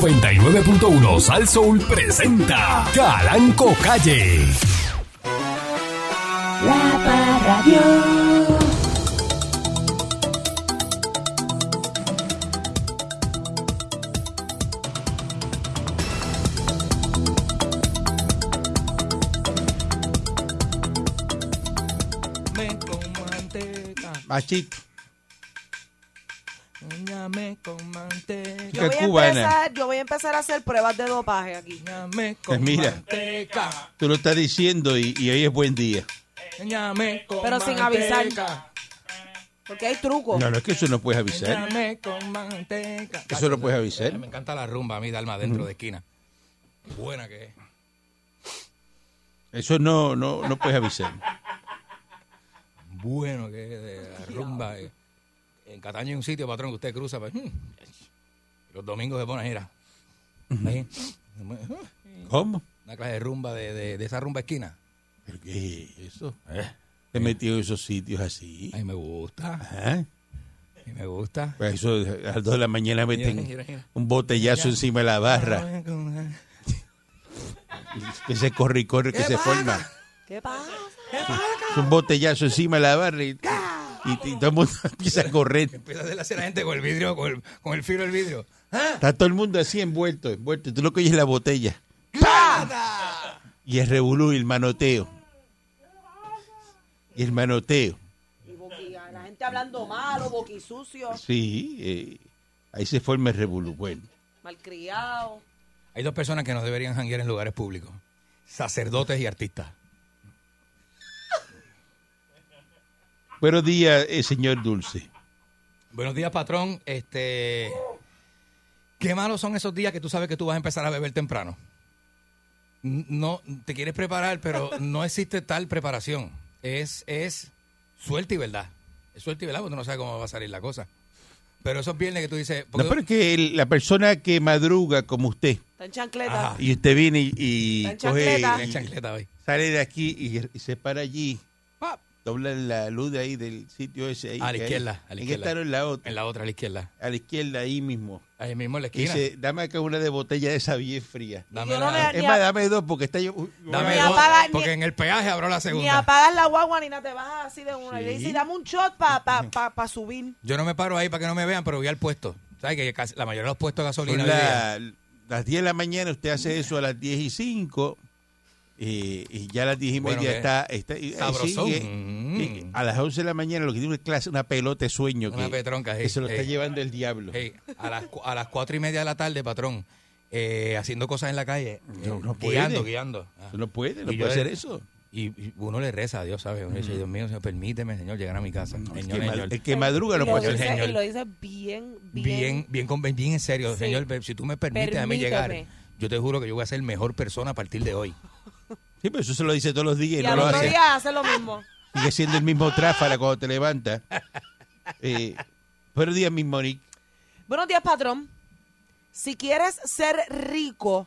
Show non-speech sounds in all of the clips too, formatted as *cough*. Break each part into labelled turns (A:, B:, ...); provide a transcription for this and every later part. A: 99.1 Sal Soul presenta Calanco Calle.
B: La Parradio.
C: Me con manteca,
D: Bachito.
C: ñame con manteca,
D: Qué
E: Yo voy, a
D: cubana.
E: empezar, yo voy a empezar a hacer pruebas de dopaje aquí.
C: ñame
D: Pues
C: con
D: mira.
C: manteca,
D: Tú lo estás diciendo y, y hoy es buen día.
C: ñame con
E: Pero sin avisar.
C: manteca,
E: Porque hay trucos.
D: No, no, es que eso no puedes avisar.
C: ñame con manteca.
D: Eso no puedes avisar.
C: Me encanta la rumba a mí, Dalma, dentro de esquina. Buena que es.
D: Eso no, no, no puedes avisar.
C: Bueno que es de la rumba. eh. En Cataño hay un sitio, patrón, que usted cruza. pues, mm. Los domingos se pone a girar. Ahí.
D: ¿Cómo?
C: Una clase de rumba, de, de- de esa rumba esquina.
D: ¿Pero qué es eso? Te he metido en esos sitios así.
C: Ay, me gusta,
D: Ajá.
C: y me gusta.
D: Pues eso a las dos de la mañana
C: Mira, mira.
D: meten un botellazo encima de la barra. Que se corre y corre, que se forma.
E: ¿Qué pasa?
D: Es un botellazo encima de la barra y, y- y todo el mundo *laughs* empieza a correr.
C: Empieza a hacer la cena gente con el vidrio, con el, con el filo del vidrio.
D: Está todo el mundo así envuelto, envuelto. Y tú lo que oyes es la botella. Y el revolú y el manoteo. Y el manoteo.
E: Y boqui- la gente hablando malo, boquisucio,
D: Sí, eh, ahí se forma el revolú. Bueno,
E: malcriado.
C: Hay dos personas que no deberían janguear en lugares públicos. Sacerdotes y artistas.
D: buenos días, eh, señor Dulce.
C: Buenos días, patrón. Este, Qué malos son esos días que tú sabes que tú vas a empezar a beber temprano. N- No, te quieres preparar, pero no existe tal preparación. Es, es suerte y verdad. Es suerte y verdad porque tú no sabes cómo va a salir la cosa. Pero esos viernes que tú dices...
D: No,
C: porque-
D: pero es que el- la persona que madruga como usted,
E: Está en chancleta.
C: Ajá.
D: y usted viene y, y
E: Está en
D: coge,
E: chancleta.
C: En
D: y-
C: chancleta hoy.
D: sale de aquí y, y se para allí,
C: Pa,
D: dobla la luz de ahí del sitio ese. Ahí,
C: A la
D: que hay.
C: izquierda, a la
D: ¿En qué
C: izquierda.
D: estado? En la otra.
C: En la otra, a la izquierda.
D: A la izquierda, ahí mismo.
C: Ahí mismo en la
D: Que
C: esquina.
D: dice, dame acá una de botella de esa bien fría.
C: Dame
E: Yo no
C: la-
E: le-
D: Es
E: Ni
D: más,
E: a-
D: dame dos porque está yo. uy,
C: Dame
E: Ni
C: dos,
E: apaga- ni-
C: porque en el peaje abrió la
E: Ni
C: segunda.
E: apagas la guagua ni nada, te bajas así de una. Y le
D: Sí.
E: dices, dame un shot para pa, pa, pa subir.
C: Yo no me paro ahí para que no me vean, pero voy al puesto. ¿Sabes que casi- la mayoría de los puestos de
D: Son
C: gasolina hoy día-
D: la- las 10 de la mañana usted hace eso a las 10 y 5 eh, y ya a las 10 y
C: Bueno,
D: media
C: que-
D: está, está y- eh, ahí
C: Sabrosón.
D: sigue.
C: Mm.
D: Y eh, a las 11 de la mañana lo que tiene una clase, una pelota de sueño
C: Una
D: que,
C: petronca,
D: que
C: sí,
D: se lo está
C: sí.
D: llevando el diablo.
C: Hey, a, las, cu- a las cuatro y media de la tarde, patrón, eh, haciendo cosas en la calle,
D: No,
C: eh,
D: no puede.
C: guiando, guiando. Ah.
D: Eso No puede, no
C: Y yo-
D: puede hacer eso.
C: Y, y uno le reza a Dios, ¿sabes? Uno
D: Mm.
C: dice, Dios mío, Señor, permíteme, Señor, llegar a mi casa.
D: El
C: Señor,
D: que, ma-
C: señor.
D: el que madruga no
E: Y lo
D: puede
E: dice-
D: hacer eso.
C: señor.
E: Y lo dices bien, bien.
C: bien, bien, con- bien, en serio,
E: Sí.
C: Señor, si tú me permites a mí
E: Permíteme.
C: llegar, yo te juro que yo voy a ser mejor persona a partir de hoy.
D: Sí, pero eso se lo dice todos los días
E: Y
D: y, no
E: al
D: lo
E: otro
D: hace.
E: día hace lo mismo.
D: Sigue siendo el mismo tráfala cuando te
E: *laughs*
D: levantas. Eh, buenos días, mi Monique.
E: Buenos días, patrón. Si quieres ser rico,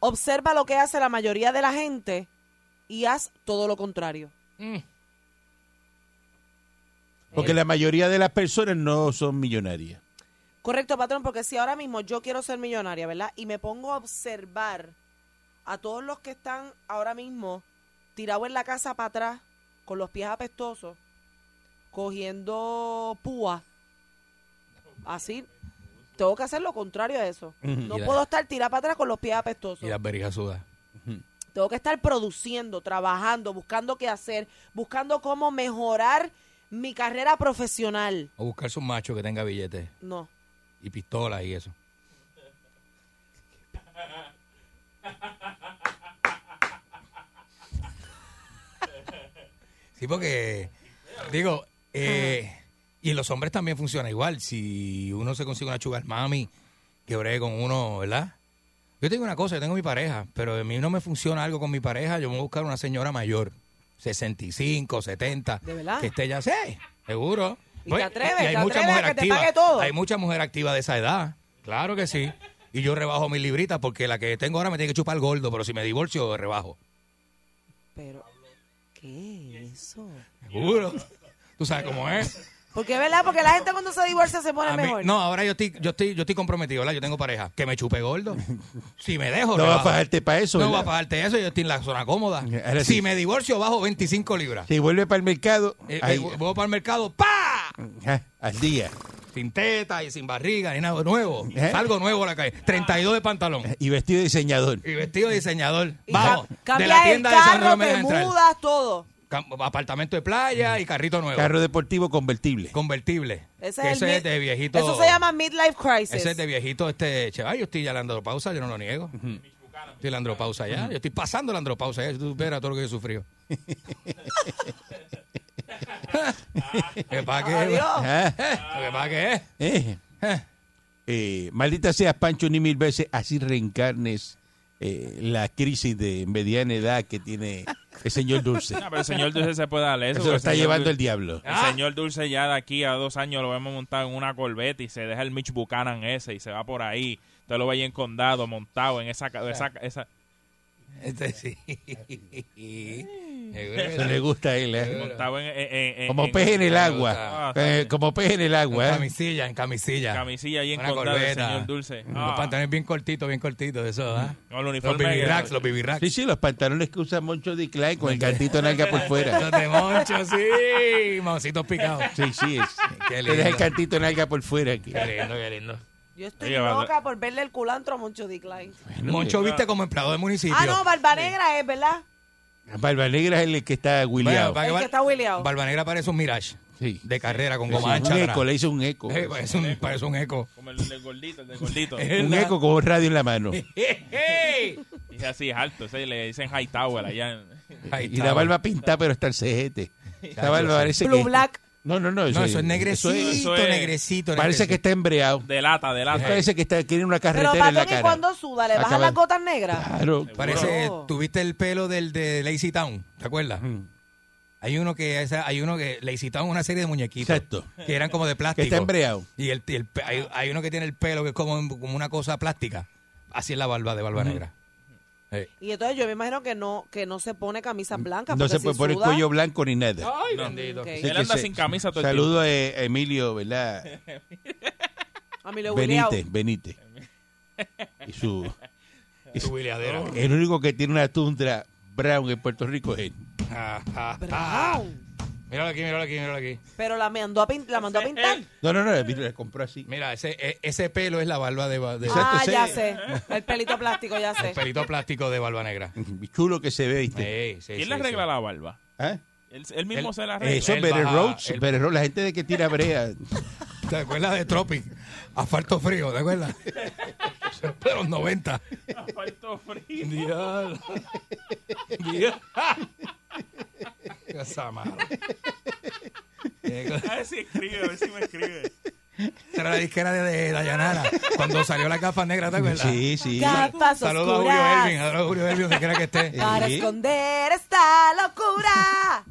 E: observa lo que hace la mayoría de la gente y haz todo lo contrario.
D: Porque la mayoría de las personas no son millonarias.
E: Correcto, patrón, porque si ahora mismo yo quiero ser millonaria, ¿verdad? Y me pongo a observar a todos los que están ahora mismo tirados en la casa para atrás, con los pies apestosos, cogiendo púa, así, tengo que hacer lo contrario a eso.
C: *laughs*
E: No
C: Y la-
E: puedo estar tirada para atrás con los pies
C: Y
E: apestosos.
C: las verijas sudas.
E: Tengo que estar produciendo, trabajando, buscando qué hacer, buscando cómo mejorar mi carrera profesional.
C: O buscarse un macho que tenga billetes
E: No.
C: y pistolas y eso. Sí, porque, digo, eh, y los hombres también funciona igual. Si uno se consigue una sugar mami que bregue con uno, ¿verdad? Yo tengo una cosa, yo tengo mi pareja, pero de mí no me funciona algo con mi pareja. Yo me voy a buscar una señora mayor, 65, 70,
E: ¿De verdad?
C: que esté ya, sí, seguro.
E: ¿Y
C: Pues,
E: te atreves?
C: y hay
E: ¿Te
C: mucha
E: atreves
C: mujer
E: a que te
C: activa.
E: pague todo?
C: Hay mucha mujer activa de esa edad. Claro que sí. Y yo rebajo mis libritas porque la que tengo ahora me tiene que chupar gordo, pero si me divorcio, rebajo.
E: Pero, ¿qué es eso? *laughs*
C: Seguro. Tú sabes cómo es.
E: Porque, ¿verdad? Porque la gente cuando se divorcia se pone
C: A mí-
E: Ah, mejor.
C: no, ahora yo estoy, yo estoy, yo estoy comprometido, ¿verdad? Yo tengo pareja. Que me chupe gordo. Si me dejo,
D: No va a
C: rebajo.
D: pagarte para eso.
C: No
D: ¿verdad?
C: va a pagarte eso, yo estoy en la zona cómoda.
D: Ahora
C: si
D: sí.
C: me divorcio, bajo 25 libras.
D: Si vuelve para el mercado,
C: Eh,
D: ahí,
C: eh, voy para el mercado, ¡pa!
D: ajá, al día.
C: Sin teta y sin barriga, ni nada nuevo.
D: ¿Eh?
C: Salgo nuevo a la calle. 32 de pantalón.
D: Y vestido de diseñador.
C: Y vestido de diseñador.
E: Y
C: Vamos,
E: ca-
C: de
E: cambias
C: la tienda
E: el
C: de San
E: carro,
C: Romero
E: te
C: Central.
E: mudas, todo.
C: Cam- Apartamento de playa y carrito nuevo.
D: Carro deportivo convertible.
C: Convertible.
E: Ese
C: Que
E: es
C: eso
E: el
C: es
E: mid-
C: de viejito.
E: Eso se llama midlife crisis.
C: Ese es de viejito, este, che, ay, yo estoy ya en la andropausa, yo no lo niego. Estoy en la andropausa ya, yo estoy pasando la andropausa ya, si tú supieras todo lo que yo he
D: *laughs*
C: sufrido. ¿Qué pasa que es? *laughs*
E: Adiós.
D: Ajá.
C: ¿Qué pasa que es?
D: Ah, Eh. Eh, maldita seas, Pancho, ni mil veces así reencarnes eh, la crisis de mediana edad que tiene el señor *laughs* Dulce.
B: No, pero el señor Dulce se puede darle eso.
D: Eso lo
B: porque
D: está
B: señor
D: llevando
B: Dulce-
D: el Ah. diablo.
B: El señor Dulce ya de aquí a dos años lo vemos montado en una Corvette y se deja el Mitch Buchanan ese y se va por ahí. Usted lo ve ahí en condado, montado en esa... ca- esa, esa
C: Este
D: *laughs*
C: sí. Seguro que
D: Eso le gusta a él, ¿eh?
B: montado en... en- en- en-
D: Como
B: en-
D: pez en el
B: Ah,
D: agua. Eh, como pez en el
C: En
D: agua. ¿eh?
C: camisilla, en camisilla.
B: Camisilla ahí en
C: Una
B: condado, el
C: corbeta.
B: señor Dulce.
C: Los
B: Ah,
C: pantalones bien cortitos, bien cortitos, eso, ¿ah?
B: No, el
C: Los
B: uniforme...
C: baby
B: que-
C: racks, los baby racks.
D: Sí, sí, los pantalones que usa Moncho de Clyde con el cantito nalga por fuera.
C: Los de Moncho, sí. Mancitos picados.
D: Sí, sí, es.
C: Qué
D: Te deja el
C: lindo.
D: cantito nalga por fuera. aquí.
C: Qué lindo, qué lindo.
E: Yo estoy
B: Oye, va-
E: loca por verle el culantro a Moncho Decline.
C: Moncho viste como empleado de municipio.
E: Ah, no, Barba Negra es, ¿verdad?
D: Barba Negra es el que está
C: Bueno,
D: huileado.
C: para
E: El
C: Bar-
E: que está huileado.
C: Barba Negra parece un Mirage
D: Sí.
C: de carrera con
D: Sí,
C: goma ancha.
D: un
C: atrás.
D: eco, le hizo un eco.
C: Eh, parece, un, parece un eco.
B: Como el del gordito, el del
D: *laughs*
B: gordito.
D: Un eco con un radio en la mano.
B: Dice así, es alto. ese le dicen high tower allá. en-
C: Ahí
D: Y
C: está.
D: la barba pintada, pero está el cejete. La barba parece
E: Blue
D: que...
E: Black.
D: No, no, no.
C: No, eso es negrecito,
D: eso es-
B: eso es-
C: negrecito.
D: Parece que
C: negrecito.
D: está embreado.
B: De lata, de lata.
D: Parece que está, tiene una
E: Pero
D: carretera en la
E: Patrón, ¿y
D: cara.
E: cuando suda? ¿Le bajan
D: Acaba-
E: las gotas negras?
D: Claro.
C: Parece,
E: Wow.
C: tuviste el pelo del de Lazy Town, ¿te acuerdas? Hay uno que, esa- hay uno que Lazy Town, una serie de muñequitos.
D: Exacto.
C: Que eran como de plástico.
D: Que está embreado.
C: Y el, y el pe- hay, hay uno que tiene el pelo que es como, como una cosa plástica. Así es la barba de barba negra. Eh.
E: Y entonces yo me imagino que no que no se pone camisas blancas.
D: No
E: porque
D: se
E: si
D: puede poner el
E: suda-
D: cuello blanco ni nada.
C: Ay,
B: No.
C: bendito.
E: Ok.
D: Así
B: Él
D: que
B: anda sin camisa todo el
D: Saludo a eh, Emilio, ¿verdad?
E: A mí lo he huileado.
D: Benítez, Benítez.
C: *laughs*
D: Y su... y
C: Su
D: su-
C: huileadera.
D: Oh. el único que tiene una tundra brown en Puerto Rico es él.
C: Ah, ah, ah.
E: Brown.
C: Míralo aquí, míralo aquí, míralo aquí.
E: Pero la mandó a, pin- la mandó a pintar.
D: No, no, no, Emilio la compró así. *laughs*
C: Mira, ese, e- ese pelo es la barba de, ba- de
D: Exacto,
E: Ah,
D: sí.
E: ya sé. El pelito plástico, ya sé.
C: el pelito plástico de barba negra.
D: Chulo que se ve, ¿viste?
C: Sí, sí,
B: ¿Quién
C: sí,
B: le arregla
C: sí.
B: la barba?
D: ¿Ah?
B: Él, él mismo
C: Él-
B: se la arregla.
D: Eso
C: él
D: es Better
C: baja-
D: Roads,
C: él-
D: Better Roads, la gente de que tira brea.
C: ¿Te acuerdas de Tropic? Asfalto frío, ¿te acuerdas? Eso es de los 90.
B: Asfalto frío.
C: *laughs* Diablo. Diablo. Esa mano. Esa
B: A ver si escribe, a ver si me escribe.
C: era la disquera de, de Dayanara. Cuando salió *laughs* la gafa negra, ¿te acuerdas?
D: Sí, sí.
E: Gafas
C: Saludos a
E: oscuras.
C: Julio Elvin, saludos a Julio Elvin, donde quiera que esté.
E: Para
D: Sí.
E: esconder esta locura.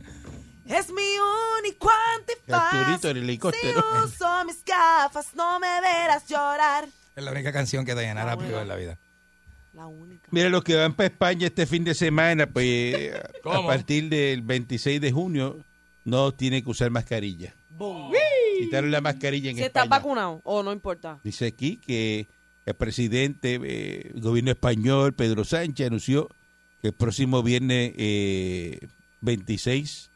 E: Es mi único antifaz.
D: Arturito en helicóptero.
E: Si uso mis gafas, no me verás llorar.
C: Es la única canción que Dayanara
E: Ah,
C: aplicó
E: bueno.
C: en la vida.
E: La única.
D: Mira, los que van para España este fin de semana, pues eh, a
C: ¿Cómo?
D: partir del 26 de junio no tienen que usar mascarilla.
E: Boom.
D: Quitaron la mascarilla en
E: Si estás
D: España.
E: vacunado o no importa.
D: Dice aquí que el presidente, eh, el gobierno español, Pedro Sánchez, anunció que el próximo viernes eh, 26,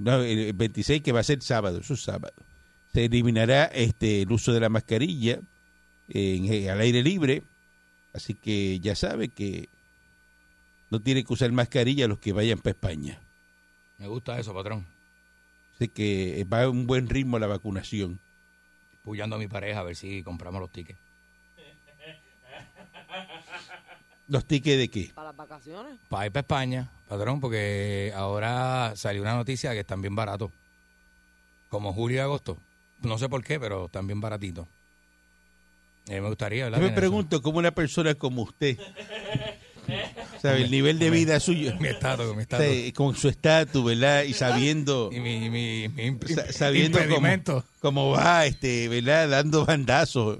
D: no, el 26 que va a ser sábado, eso es sábado, se eliminará este el uso de la mascarilla en- eh, al aire libre, así que ya sabe que no tiene que usar mascarilla los que vayan para España.
C: Me gusta eso, patrón.
D: Así que va a un buen ritmo la vacunación.
C: Pullando a mi pareja a ver si compramos los tickets.
D: ¿Los tickets de qué?
E: Para las vacaciones.
C: Para ir para España, patrón, porque ahora salió una noticia que están bien baratos. Como julio y agosto. No sé por qué, pero están bien baratitos. Eh, me gustaría, ¿verdad?
D: Yo me
C: Tener eso.
D: pregunto cómo una persona como usted, sabe el nivel de vida suyo,
C: Mi estatus, mi estatus.
D: sabe, con su estatus, ¿verdad? Y sabiendo,
C: *laughs* Y mi, mi, mi imp-
D: sa- sabiendo cómo,
C: impedimento.
D: cómo va, este, ¿verdad? Dando bandazos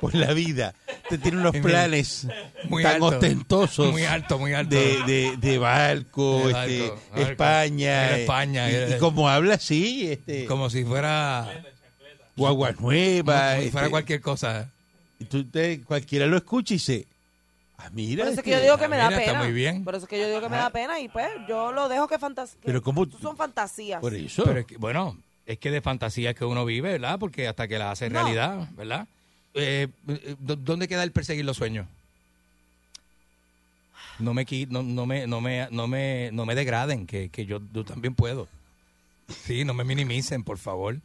D: por la vida. Usted tiene unos
C: Y mira,
D: planes
C: muy
D: tan
C: alto,
D: ostentosos.
C: muy alto, muy alto.
D: De, de- de barco,
C: De
D: este,
C: barco, barco.
D: España.
C: Era
D: eh,
C: España,
D: y- Y,
C: era-
D: como habla, sí, este,
C: Como si fuera,
D: guagua nueva.
C: como si fuera
D: este,
C: cualquier cosa.
D: y tú- usted- cualquiera lo escucha y dice, ah, mira.
E: Por eso es que
D: este,
E: yo digo que me da
C: mira, está
E: pena.
C: muy bien.
E: Por eso es que yo digo que me da pena y pues yo lo dejo que fantasía.
D: Pero cómo-
E: son fantasías.
D: por eso.
C: Pero es que, bueno, es que de fantasías que uno vive, ¿verdad? Porque hasta que las hace
E: No.
C: realidad, ¿verdad? Eh, eh, ¿dó- ¿Dónde queda el perseguir los sueños? No me, qui- no, no me, no me, no me, no me degraden, que, que yo, yo también puedo. Sí, no me minimicen, por favor.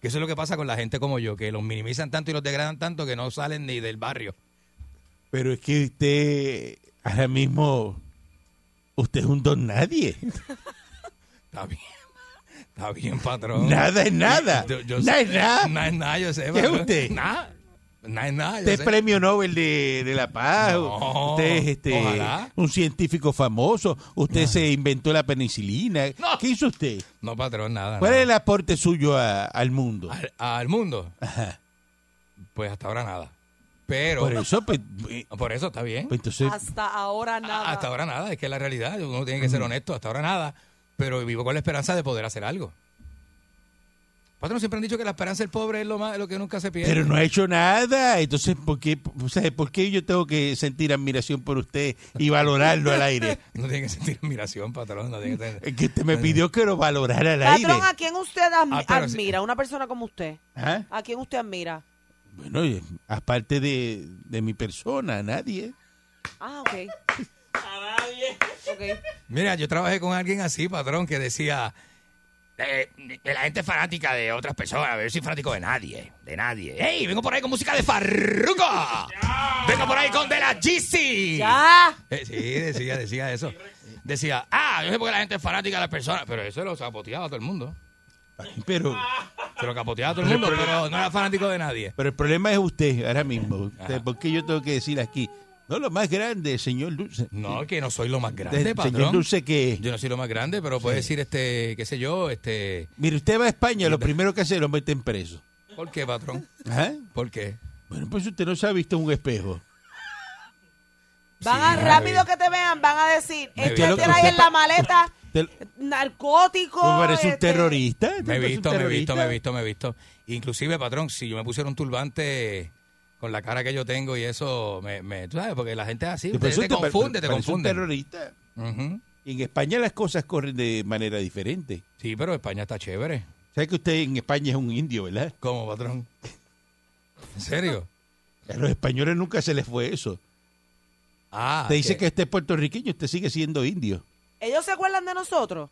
C: Que eso es lo que pasa con la gente como yo, que los minimizan tanto y los degradan tanto que no salen ni del barrio.
D: Pero es que usted ahora mismo, usted es un don nadie.
C: Está bien, *laughs* está bien, patrón.
D: Nada es nada.
C: Yo- yo
D: nada
C: sé-
D: es nada.
C: Nada es nada, yo sé.
D: ¿Qué es
C: patrón.
D: usted?
C: Nada. Nada es nada, yo
D: Usted es
C: sé.
D: premio Nobel de, de la Paz.
C: No,
D: usted es este,
C: ojalá.
D: un científico famoso. Usted se inventó la penicilina.
C: No.
D: ¿Qué hizo usted?
C: No, patrón, nada.
D: ¿Cuál
C: nada.
D: es el aporte suyo a- al mundo?
C: al, al mundo?
D: Ajá.
C: Pues hasta ahora nada. Pero
D: Por
C: por eso,
D: eso, pues, eh,
C: está bien.
D: pues entonces,
E: Hasta ahora nada.
C: Hasta ahora nada, es que es la realidad, uno tiene que ser honesto, hasta ahora nada, pero vivo con la esperanza de poder hacer algo. Patrón, siempre han dicho que la esperanza del pobre es lo más lo que nunca se pierde.
D: pero no ha hecho nada. Entonces, ¿por qué, o sea, ¿por qué yo tengo que sentir admiración por usted y valorarlo al aire?
C: No tiene que sentir admiración, patrón, no tiene que sentir-
D: Es que usted me pidió que lo valorara al aire.
E: Patrón, ¿a quién usted admi-
C: Ah, pero sí.
E: admira? Una persona como usted.
D: Ajá.
E: ¿A quién usted admira?
D: ¿Ah? Bueno, y aparte de, de mi persona, nadie.
E: Ah, ok. A nadie. Ok.
C: Mira, yo trabajé con alguien así, patrón, que decía, eh, de la gente fanática de otras personas, a ver, yo soy fanático de nadie, de nadie. ¡Ey, vengo por ahí con música de Farruko! ¡Vengo por ahí con de la GC!
E: Ya.
C: Eh, sí, decía, decía eso. Decía, ah, yo sé por qué la gente es fanática de las personas, pero eso lo capoteaba a todo el mundo.
D: Pero...
C: Se lo capoteaba a todo el mundo, pero no era fanático de nadie.
D: Pero el problema es usted ahora mismo.
C: Ah.
D: Usted, ¿Por qué yo tengo que decir aquí? No, lo más grande, señor Dulce.
C: No, que no soy lo más
D: De-
C: grande,
D: señor
C: patrón.
D: Dulce, que.
C: Yo no soy lo más grande, pero puede decir, este, qué sé yo, este,
D: Mire, usted va a España, lo primero que hace es lo meten preso.
C: ¿por qué, patrón?
D: Ajá.
C: ¿Por qué?
D: Bueno, pues usted no se ha visto en un espejo.
E: Van a rápido que te vean, van a decir,
C: Me
E: este
D: vi-
E: trae en la maleta
D: Usted-
E: narcótico.
D: ¿Me Pues parece un
E: este-
D: terrorista? *laughs* ¿Usted
C: Me he
D: parece un
C: visto, me he visto,
D: terrorista?
C: me he visto, me he visto. Inclusive, patrón, si yo me pusiera un turbante con la cara que yo tengo y eso, me, me- tú sabes, porque la gente es así,
D: ¿Te
C: te,
D: parece
C: te
D: un ter-
C: confunde, te
D: parece un
C: confunde.
D: terrorista.
C: Ujú.
D: Y en España las cosas corren de manera diferente.
C: Sí, pero España está chévere.
D: ¿Sabe que usted en España es un indio, verdad?
C: ¿Cómo, patrón? ¿En serio?
D: A los españoles nunca se les fue eso.
C: Ah,
D: Te dice que usted es puertorriqueño, usted sigue siendo indio.
E: Ellos se acuerdan de nosotros.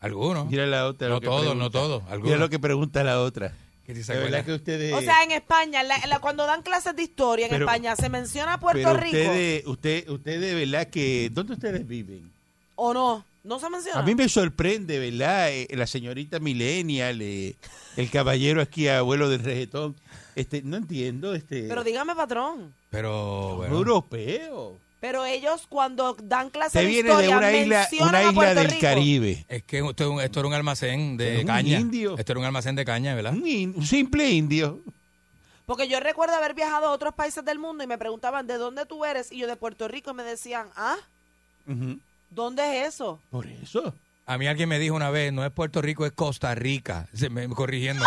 C: algunos.
D: Mira la otra.
C: No
D: lo que
C: todos,
D: pregunta.
C: no todos.
D: Mira
C: Algunos.
D: lo que pregunta la otra.
C: Que si se
D: La verdad
C: acuerdan.
D: que ustedes.
E: O sea, en España, la- la- cuando dan clases de historia en
D: Pero-
E: España, se menciona a
D: pero
E: Puerto Rico.
D: ustedes, usted, ustedes, ¿verdad? Que, ¿Dónde ustedes viven?
E: ¿O no? No se menciona.
D: A mí me sorprende, ¿verdad? eh, la señorita Millennial, eh, el caballero aquí, abuelo del reggaetón. Este, no entiendo, este.
E: Pero dígame, patrón.
C: Pero bueno,
D: Europeo.
E: Pero ellos cuando dan clases
D: Usted
E: de
D: viene de
E: historia
D: una isla,
E: mencionan
D: una
E: a
D: isla
E: Puerto
D: del
E: Rico.
D: Caribe.
C: es que esto, es un- esto era un almacén
D: Pero
C: de
D: un
C: caña.
D: indio. Mm.
C: Esto era un almacén de caña, ¿verdad?
D: Un, in- un simple indio.
E: Porque yo recuerdo haber viajado a otros países del mundo y me preguntaban, ¿de dónde tú eres? Y yo de Puerto Rico y me decían, ¿ah?
D: Ujú,
E: ¿Dónde es eso?
D: Por eso.
C: A mí alguien me dijo una vez, no es Puerto Rico, es Costa Rica, se me, corrigiendo.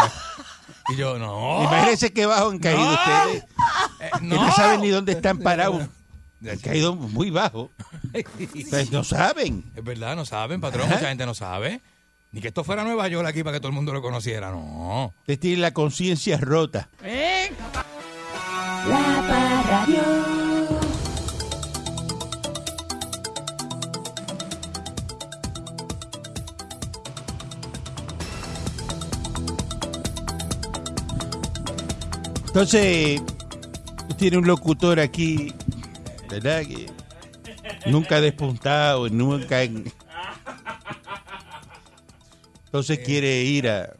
C: y yo, no,
D: Imagínense que bajo han caído
C: Oh. No.
D: ustedes.
C: eh,
D: Que
C: no.
D: no saben ni
C: *laughs*
D: dónde están parados. Han caído muy bajo. Ustedes no saben.
C: Es verdad, no saben, patrón,
D: Ajá.
C: mucha gente no sabe. Ni que esto fuera Nueva York aquí para que todo el mundo lo conociera, no.
D: Usted tiene la conciencia rota.
F: La Parradio.
D: Entonces, tiene un locutor aquí, ¿verdad? Que nunca ha despuntado, nunca. en- Entonces quiere ir a.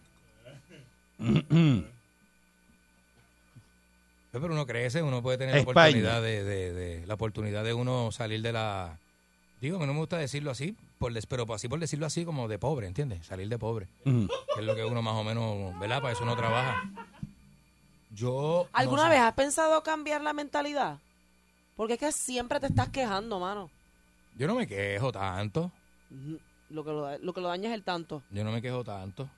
C: Pero uno crece, uno puede tener
D: España.
C: la oportunidad de, de- de- la oportunidad de uno salir de la digo que no me gusta decirlo así, por des- pero así por decirlo así como de pobre,
D: mm,
C: ¿entiendes? Salir de pobre,
D: Ujú.
C: que es lo que uno más o menos, ¿verdad? Para eso uno trabaja. Yo. no
E: ¿Alguna
C: sé.
E: vez has pensado cambiar la mentalidad? Porque es que siempre te estás quejando, mano.
C: Yo no me quejo tanto.
E: Lo que lo, lo que lo daña es el tanto.
C: Yo no me quejo tanto.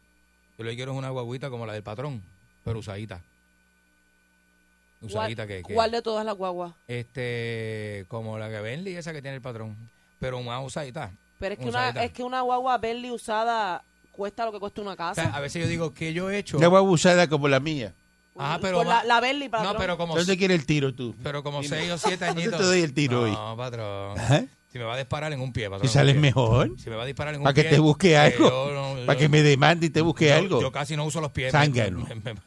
C: Yo lo que quiero es una guaguita como la del patrón, pero usadita.
E: ¿Cuál,
C: Usadita que, que-
E: cuál de todas las guaguas?
C: este como la que Bentley esa que tiene el patrón, pero más usadita.
E: Pero es que, una,
C: Usadita.
E: es que una guagua Bentley usada cuesta lo que cuesta una
C: O sea, a
E: casa.
C: veces yo digo que yo he hecho.
D: Una abusada como la mía.
C: Ah,
E: Por
C: pero
E: la,
C: ma-
E: la Bentley para
C: no, pero como
D: ¿Dónde quiere el tiro tú?
C: pero como seis o
D: *laughs*
C: siete añitos.
D: te doy el tiro
C: no,
D: hoy?
C: patrón.
D: Ajá.
C: Si me va a disparar en un pie, patrón.
D: ¿Y
C: en un
D: sales
C: pie.
D: mejor?
C: Si me va a disparar en un
D: Para que
C: pie,
D: te busque
C: eh,
D: algo.
C: yo no- yo-
D: Para que me demande y te busque
C: yo-
D: algo.
C: Yo casi no uso los pies.
D: Zángano.
C: Me- me- me-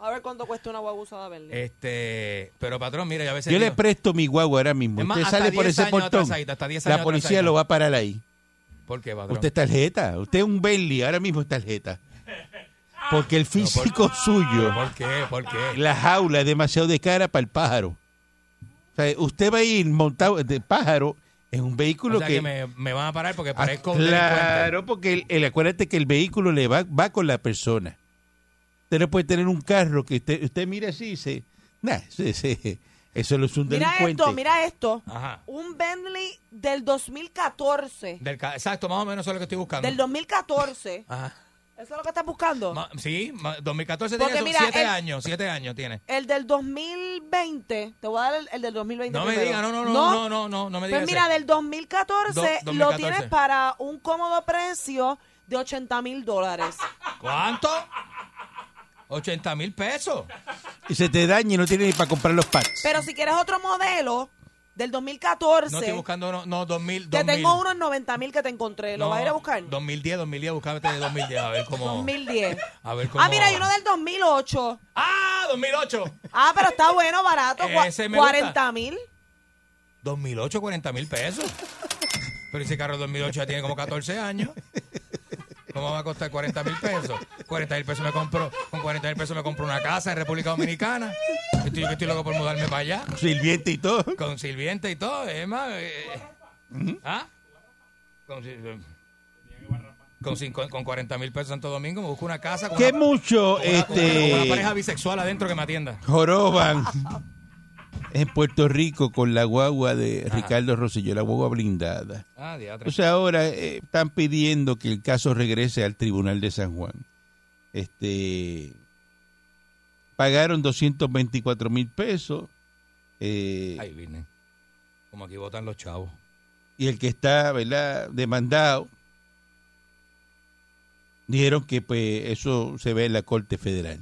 E: A ver cuánto cuesta una guagua usada Bentley.
C: Este, pero patrón, mira, yo a veces
D: Yo le
C: digo-
D: presto mi guagua ahora mismo.
C: Es más,
D: Usted
C: hasta
D: sale por
C: 10
D: ese
C: años
D: portón.
C: atrasadita, hasta 10 años
D: La policía
C: atrasadita.
D: lo va a parar ahí.
C: ¿Por qué, patrón?
D: Usted es tarjeta. Usted es un Bentley. Ahora mismo es tarjeta. Porque el
C: No, por-
D: físico suyo,
C: ¿Pero ¿Por qué? ¿Por qué?
D: la jaula es demasiado de cara para el pájaro. O sea, usted va a ir montado de pájaro en un vehículo
C: O sea
D: que...
C: que, me, me van a parar porque
D: Ah,
C: parezco un delincuente.
D: claro, porque el, el- acuérdate que el vehículo le va, va con la persona. Usted no puede tener un carro que usted, usted mira así y dice, nah, ese- ese- eso no es un
E: Mira
D: delincuente.
E: esto, mira esto.
C: Ajá.
E: Un Bentley del 2014.
C: Del ca- exacto, más o menos eso es lo que estoy buscando. *laughs*
E: Del 2014.
C: Ajá.
E: ¿Eso es lo que estás buscando?
C: Ma- sí, ma- 2014
E: Porque
C: tiene
E: mira,
C: 7
E: el-
C: años, 7 años tiene.
E: El del 2020. Te voy a dar el, el del 2020.
C: No me
E: primero.
C: diga, no, no, no, no, no, no, no me diga.
E: Pues mira,
C: ese.
E: del 2014
C: Do-
E: lo
C: 2014.
E: tienes para un cómodo precio de 80 mil dólares.
C: ¿Cuánto? 80 mil pesos.
D: Y se te daña y no tiene ni para comprar los pads.
E: Pero si quieres otro modelo del 2014,
C: No estoy buscando, no, no 2000.
E: te
C: 2000.
E: tengo unos 90 mil que te encontré. ¿Lo
C: No,
E: vas a ir a buscar?
C: 2010, 2010, buscábate este de 2010, a ver cómo.
E: 2010.
C: A ver cómo.
E: Ah, mira, hay uno del 2008.
C: ¡Ah! 2008.
E: Ah, pero está bueno, barato. cua-
C: Ese me gusta.
E: 40 mil.
C: 2008, 40 mil pesos. Pero ese carro 2008 ya tiene como 14 años. ¿Cómo va a costar 40 mil pesos? 40 mil pesos me compro, con 40 mil pesos me compro una casa en República Dominicana. Estoy, yo que estoy loco por mudarme para allá,
D: Sirviente y todo.
C: con sirviente y todo, es más. eh, ¿Ah? Con, sir- con, cinco- con 40 mil pesos Santo Domingo me busco una casa con,
D: Qué
C: una,
D: mucho
C: con una- con una- con una pareja
D: este
C: bisexual adentro que me atienda.
D: joroban *laughs* en Puerto Rico con la guagua de Ricardo Rosselló, la guagua blindada.
C: Ah, diatre.
D: Entonces ahora eh, están pidiendo que el caso regrese al Tribunal de San Juan. Este pagaron 224 mil pesos eh,
C: Ay, Virgen. Como aquí votan los chavos.
D: y el que está ¿verdad? demandado dijeron que pues eso se ve en la Corte Federal.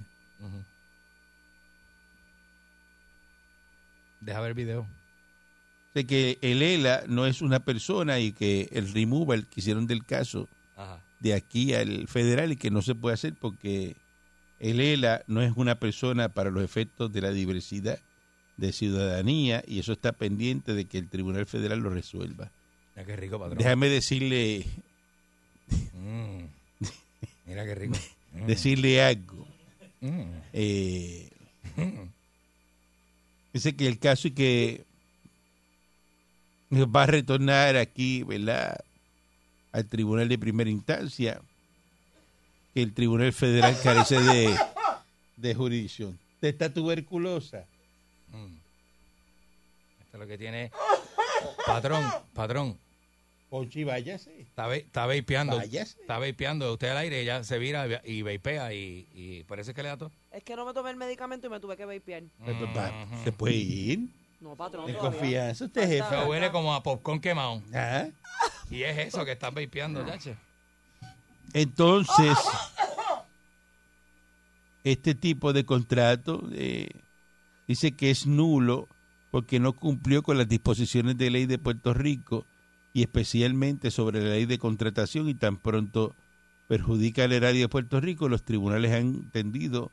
C: Deja ver el video.
D: de que el ELA no es una persona y que el removal que hicieron del caso
C: Ajá.
D: de aquí al federal y que no se puede hacer porque el ELA no es una persona para los efectos de la diversidad de ciudadanía y eso está pendiente de que el Tribunal Federal lo resuelva.
C: Mira qué rico, patrón.
D: Déjame decirle,
C: Mm. Mira qué
D: *laughs*
C: rico. Mm.
D: decirle algo.
C: Mm.
D: Eh, dice que el caso y que va a retornar aquí, ¿verdad? Al tribunal de primera instancia, que el tribunal federal carece de, de jurisdicción. Usted está tuberculosa.
C: Esto es lo que tiene. Patrón, patrón.
D: Conchi, váyase.
C: Está, ve- está vapeando.
D: Váyase.
C: Está vapeando. Usted al aire ya se vira y vapea y, y parece que le da todo.
E: Es que no me tomé el medicamento y me tuve que vapear.
D: Pues, pues, va, Se puede ir.
E: No, patrón.
D: De
E: todavía.
D: confianza, usted es
C: Pero
D: jefa.
C: huele como a popcorn quemado.
D: Ah,
C: Y es eso que estás vapeando, chacho.
D: Entonces, este tipo de contrato eh, dice que es nulo porque no cumplió con las disposiciones de ley de Puerto Rico y especialmente sobre la ley de contratación y tan pronto perjudica al erario de Puerto Rico, los tribunales han tendido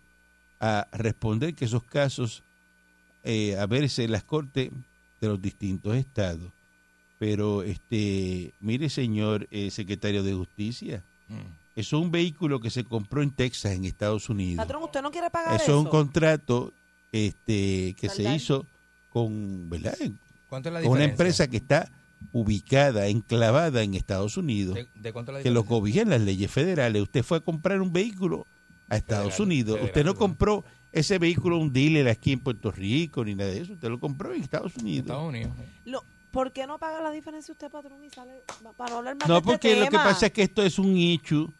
D: a responder que esos casos eh, a verse en las cortes de los distintos estados. Pero, este, mire, señor eh, secretario de Justicia,
C: Mm.
D: eso es un vehículo que se compró en Texas, en Estados Unidos.
E: Patrón, ¿usted no quiere pagar
D: eso
E: eso?
D: es un contrato este, que se
E: Total.
D: hizo con, ¿verdad?
C: ¿Cuánto es la
D: con una
C: diferencia?
D: empresa que está ubicada, enclavada en Estados Unidos,
C: ¿De, de cuánto es la
D: que lo
C: diferencia?
D: gobiernan las leyes federales. Usted fue a comprar un vehículo a Estados
C: Federal,
D: Unidos. Usted
C: federal,
D: no
C: ¿no?
D: compró ese vehículo un dealer aquí en Puerto Rico ni nada de eso. Usted lo compró en Estados Unidos.
C: Estados Unidos. eh.
E: Lo- ¿Por qué no paga la diferencia usted, patrón, y sale pa- para no hablar más de
D: No,
E: este
D: porque lo que
E: tema?
D: pasa es que esto es un hecho,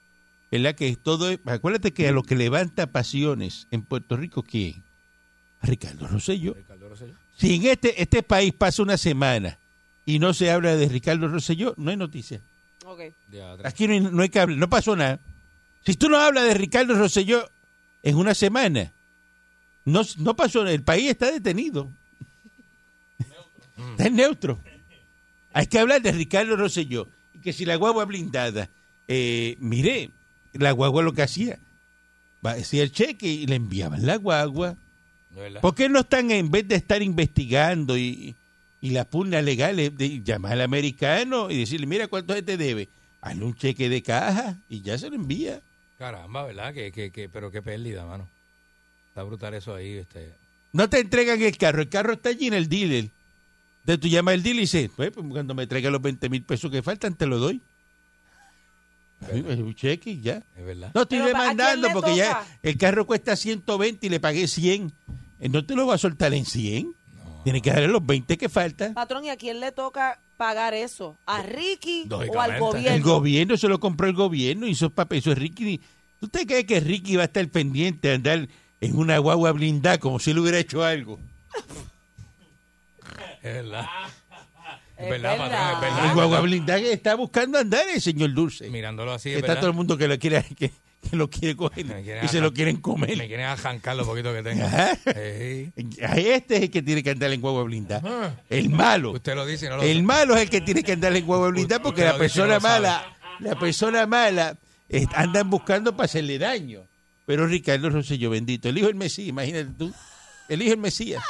D: ¿verdad? Que es todo. Acuérdate que a lo que levanta pasiones en Puerto Rico, ¿quién? Ricardo Rosselló. Si en este, este país pasa una semana y no se habla de Ricardo Rosselló, no hay noticia.
E: Ok.
D: Aquí no hay, no hay que hablar, no pasó nada. Si tú no hablas de Ricardo Rosselló en una semana, no, no pasó nada. El país está detenido. Está en neutro. Hay que hablar de Ricardo Rosselló. Y que si la guagua blindada, eh, mire, la guagua lo que hacía, va- hacía el cheque y le enviaban la guagua.
C: De verdad.
D: ¿Por qué no están, en vez de estar investigando y, y las pugnas legales, de llamar al americano y decirle, mira cuánto se te debe? Hazle un cheque de caja y ya se lo envía.
C: Caramba, ¿verdad? Que, que, que, pero qué pérdida, mano. Está brutal eso ahí. Este.
D: No te entregan el carro, el carro está allí en el dealer. Entonces tú llamas al dealer y dices, pues, pues, cuando me traiga los 20 mil pesos que faltan, te lo doy. Ay, pues, Un cheque y ya.
C: Es verdad.
D: No estoy
E: Pero, ¿pa- a
D: demandando
E: quién le
D: porque ya
E: toca?
D: el carro cuesta 120 y le pagué 100. Eh, No te lo va a soltar en 100. Tienes que darle los 20 que faltan.
E: Patrón, ¿y a quién le toca pagar eso? ¿A Ricky o
C: Lógicamente. El
E: al
D: El
E: gobierno?
D: gobierno se lo compró el gobierno y esos papeles. Eso es Ricky. ¿Tú te crees que Ricky va a estar pendiente de andar en una guagua blindada como si él hubiera hecho algo?
C: Es verdad.
D: Ah,
E: Es
C: Es verdad, patrón, es
E: verdad.
D: La
C: verdad.
D: guagua blindada que está buscando andar el señor Dulce.
C: Mirándolo así, es
D: está todo el
C: verdad.
D: mundo que lo quiere, *laughs* que, que lo quiere coger
C: Me quieren
D: y se
C: arran-
D: lo quieren
C: Me
D: comer.
C: quieren ajancar lo poquito que tengo.
D: Ajá.
C: Ey.
D: *laughs* A Este es el que tiene que andar en guagua blindada. El malo.
C: Usted lo dice y no lo
D: El malo es el que tiene que andar en guagua blindada porque
C: Usted
D: la
C: lo dice y no
D: persona
C: lo sabe.
D: mala, la persona mala eh, andan buscando para hacerle daño. Pero Ricardo Rosselló, bendito, el hijo del Mesías, imagínate tú, el hijo del Mesías.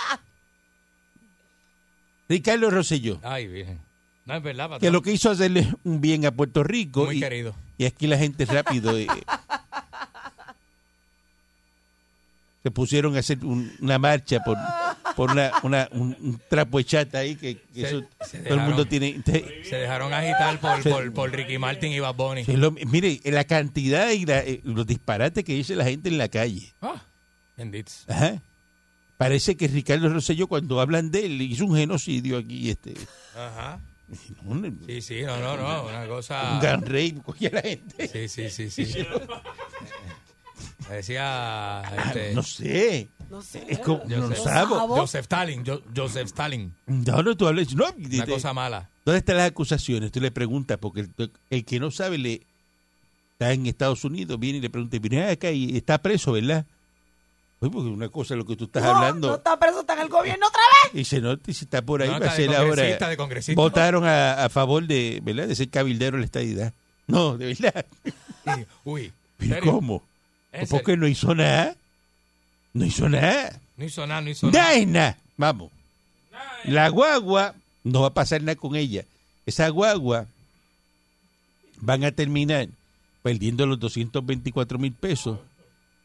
D: Ricardo Rosselló,
C: Ay, virgen. No, es verdad, patrón.
D: que lo que hizo hacerle un bien a Puerto Rico
C: Muy
D: y,
C: querido.
D: y aquí la gente rápido eh, se pusieron a hacer un- una marcha por, por una, una- un, un trapo de chata ahí que, que
C: Se-
D: eso
C: se
D: todo el mundo
C: dejaron.
D: tiene...
C: Se dejaron agitar por, por, por Ricky Martin y Bad Bunny.
D: Es lo- mire, la cantidad y la- eh, los disparates que dice la gente en la calle.
C: Ah, bendito.
D: Ajá. Parece que Ricardo Rosselló, cuando hablan de él, hizo un genocidio aquí. Este,
C: Ajá.
D: un,
C: Sí, sí, no, no, no. Una
D: un
C: cosa.
D: gran rey, cogía a la
C: Sí,
D: gente.
C: sí, sí, sí. Me Decía. Este,
D: *laughs* No sé.
E: No sé.
D: Es como,
C: Yo
D: no
C: sé.
D: lo sabo.
C: Joseph Stalin. Jo- Joseph Stalin.
D: No, no, tú hablas. No,
C: Una
D: dice,
C: cosa mala.
D: ¿Dónde están las acusaciones? Tú le preguntas, porque el, el que no sabe le está en Estados Unidos, viene y le pregunta, viene acá y está preso, ¿verdad? Oye, porque una cosa es lo que tú estás
E: No,
D: hablando.
E: No está preso, está en el gobierno otra vez.
D: Y se nota, y si está por ahí,
C: No,
D: va a
C: está de
D: ser ahora.
C: congresista, de congresista.
D: Votaron a, a favor de, ¿verdad? de ser cabildero en la estadidad. No, de verdad.
C: Y- Uy.
D: ¿Pero
C: ¿serio?
D: cómo?
C: ¿En
D: ¿Por qué
C: serio?
D: no hizo nada? No hizo nada.
C: No hizo nada, no hizo
D: Nada
C: nada.
D: es nada. Vamos. La guagua, no va a pasar nada con ella. Esa guagua van a terminar perdiendo los 224 mil pesos.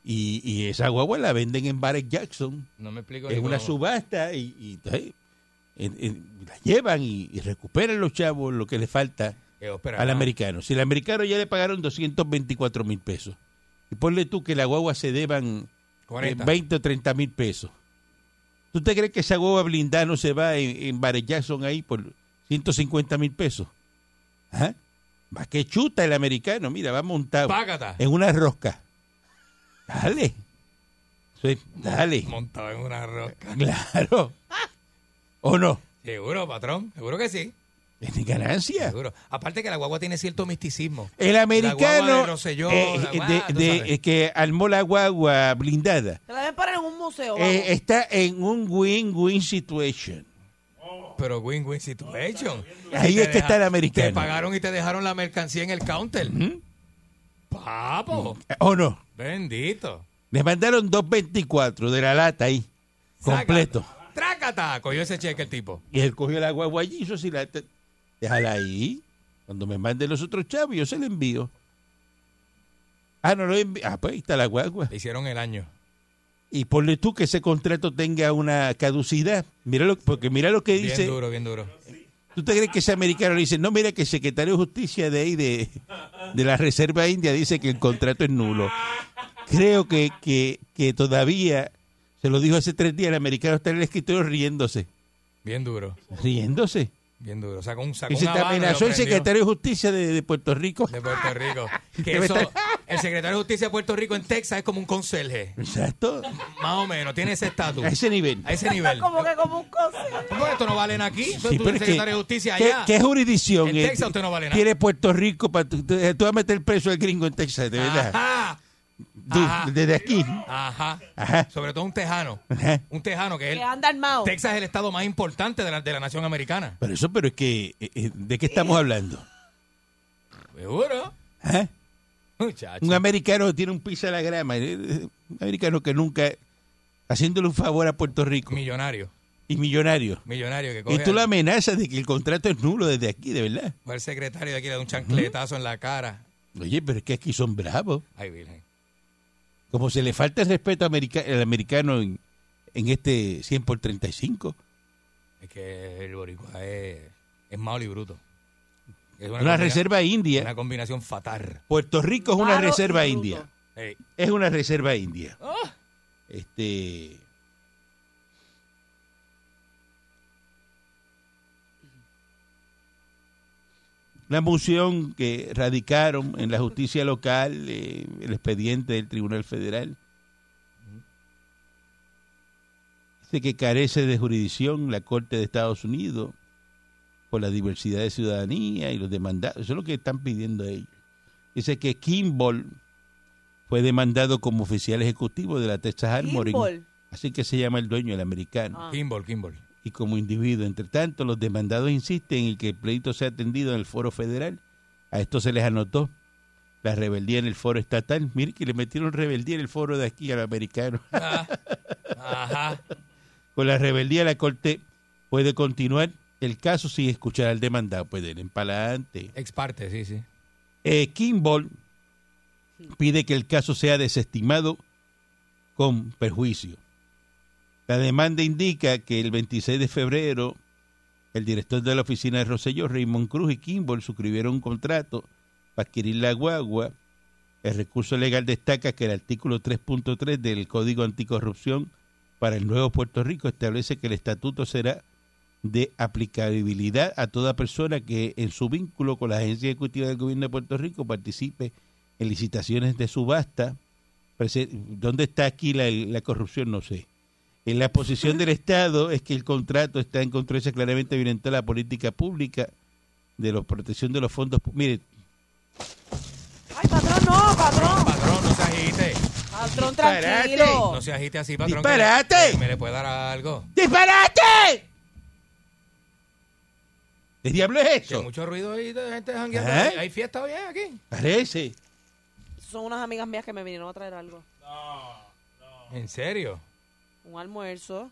D: Y, y esa guagua la venden en Barrett Jackson.
C: No me explico.
D: es
C: ni
D: una
C: cómo.
D: subasta y, y, ay, en- en- la llevan y, y recuperan los chavos lo que le falta
C: Eh, espera,
D: al
C: no.
D: americano. Si al americano ya le pagaron 224 mil pesos, y ponle tú que la guagua se deban eh,
C: 40.
D: 20 o 30 mil pesos. ¿Tú te crees que esa guagua blindada no se va en, en Barrett Jackson ahí por 150 mil pesos? ¿Ah? Va que chuta el americano, mira, va montado
C: Págata.
D: en una rosca. Dale. Sí, dale.
C: Montado en una roca.
D: Claro. ¿O no?
C: Seguro, patrón. Seguro que sí.
D: Tiene ganancia.
C: Seguro. Aparte que la guagua tiene cierto misticismo.
D: El
C: La guagua
D: americano
C: de Rosselló,
D: eh,
C: la guagua,
D: de-
C: tú
D: de-
C: sabes.
D: eh, que armó la guagua blindada
E: Se la deben poner en un museo. vamos.
D: eh, está en un win-win situation.
C: Pero win-win situation.
D: Ahí
C: Y te
D: es que está el americano.
C: Te pagaron y te dejaron la mercancía en el counter. Papo.
D: ¿O no?
C: Bendito.
D: Le mandaron 2.24 de la lata ahí, completo.
C: Sácalo. Trácata. Cogió ese cheque el tipo.
D: Y él cogió la guagua allí, eso sí, la, te- déjala ahí. Cuando me manden los otros chavos, yo se la envío. Ah, no lo envío. Ah, pues ahí está la guagua.
C: Le hicieron el año.
D: Y ponle tú que ese contrato tenga una caducidad. Mira lo, porque mira lo que
C: Bien
D: dice.
C: duro, bien duro.
D: ¿Tú te crees que ese americano le dice, no, mira que el secretario de justicia de ahí, de, de la Reserva India, dice que el contrato es nulo? Creo que, que, que todavía Se lo dijo hace tres días, el americano está en el escritorio riéndose.
C: Bien duro,
D: Riéndose.
C: bien duro. Sacó un sacó
D: Y se
C: una
D: te
C: banda y lo
D: amenazó el
C: prendió
D: secretario de Justicia de, de Puerto Rico.
C: de Puerto
D: *laughs*
C: Rico. Que
D: Debe
C: eso-
D: estar-
C: el secretario de Justicia de Puerto Rico en Texas es como un conserje,
D: Exacto.
C: más o menos, tiene ese estatus.
D: A ese nivel.
C: A ese
E: *laughs*
C: nivel.
E: Como que como un consejo.
C: ¿Cómo que esto no valen aquí? Tú
D: Sí,
C: eres
D: pero es que-
C: secretario de Justicia
D: ¿qué-
C: allá.
D: ¿Qué, jurisdicción
C: En
D: eh,
C: Texas usted no vale nada.
D: tiene Puerto Rico para tú, tú- tú vas a meter preso al gringo en Texas,
C: Ah,
D: de verdad?
C: Ajá,
D: Tú,
C: ajá.
D: desde aquí.
C: ajá.
D: Ajá.
C: Sobre todo un tejano.
D: Ajá.
C: Un tejano que es
E: Que
C: el,
E: anda armado.
C: Texas es el estado más importante de la, de la nación americana.
D: Pero eso, pero es que, eh, eh, ¿de qué estamos hablando?
C: Seguro.
D: ¿Ah?
C: Muchacho.
D: Un americano tiene un piso a la grama. eh, eh, Un americano que nunca, haciéndole un favor a Puerto Rico
C: Millonario.
D: y millonario.
C: Millonario que coge
D: Y tú
C: al-
D: lo amenazas de que el contrato es nulo desde aquí, de verdad.
C: al secretario de aquí le da un chancletazo en la cara.
D: Oye, pero es que aquí son bravos.
C: Ay, virgen.
D: Como se le falta el respeto america- al americano en, en este 100 por 35.
C: Es que el boricua es, es malo y bruto. Es
D: Una,
C: combina-
D: reserva ¿eh?
C: Una
D: india.
C: combinación fatal.
D: Puerto Rico es una
E: Malo y
D: reserva
E: bruto.
D: india.
C: Ey,
D: Es una reserva india.
C: Ah.
D: Este. La moción que radicaron en la justicia local, eh, el expediente del Tribunal Federal, dice que carece de jurisdicción la Corte de Estados Unidos por la diversidad de ciudadanía y los demandados. Eso es lo que están pidiendo ellos. Dice que Kimball fue demandado como oficial ejecutivo de la Texas Armory.
E: Kimball.
D: Así que se llama el dueño, el americano
E: Ah.
C: Kimball, Kimball.
D: y como individuo. Entre tanto, los demandados insisten en que el pleito sea atendido en el foro federal. A esto se les anotó la rebeldía en el foro estatal. Mire que le metieron rebeldía en el foro de aquí al americano. *laughs*
C: Ajá.
D: Con la rebeldía la corte puede continuar el caso sin escuchar al demandado. Pues den para adelante.
C: Ex parte, sí, sí.
D: Eh, Kimball pide que el caso sea desestimado con perjuicio. La demanda indica que el 26 de febrero el director de la oficina de Rosselló, Raymond Cruz y Kimball suscribieron un contrato para adquirir la guagua. El recurso legal destaca que el artículo 3.3 del Código Anticorrupción para el Nuevo Puerto Rico establece que el estatuto será de aplicabilidad a toda persona que en su vínculo con la agencia ejecutiva del gobierno de Puerto Rico participe en licitaciones de subasta. Prese- ¿Dónde está aquí la, la corrupción? No sé. En la posición del Estado es que el contrato está en controversia claramente violenta la política pública de la protección de los fondos. pu- Mire,
E: Ay, patrón, no, patrón.
C: Patrón, no se agite.
E: Patrón,
D: Disparate.
E: tranquilo.
C: No se agite así, patrón.
D: ¡Disparate!
C: que le- que Me le puede dar algo.
D: ¡Disparate! ¿Qué diablo es
C: Que
D: eso?
C: mucho ruido y de gente jangueando.
D: Ajá.
C: Hay- Hay fiesta hoy eh, aquí.
D: Parece.
E: Son unas amigas mías que me vinieron a traer algo.
C: ¿En serio?
E: Un almuerzo.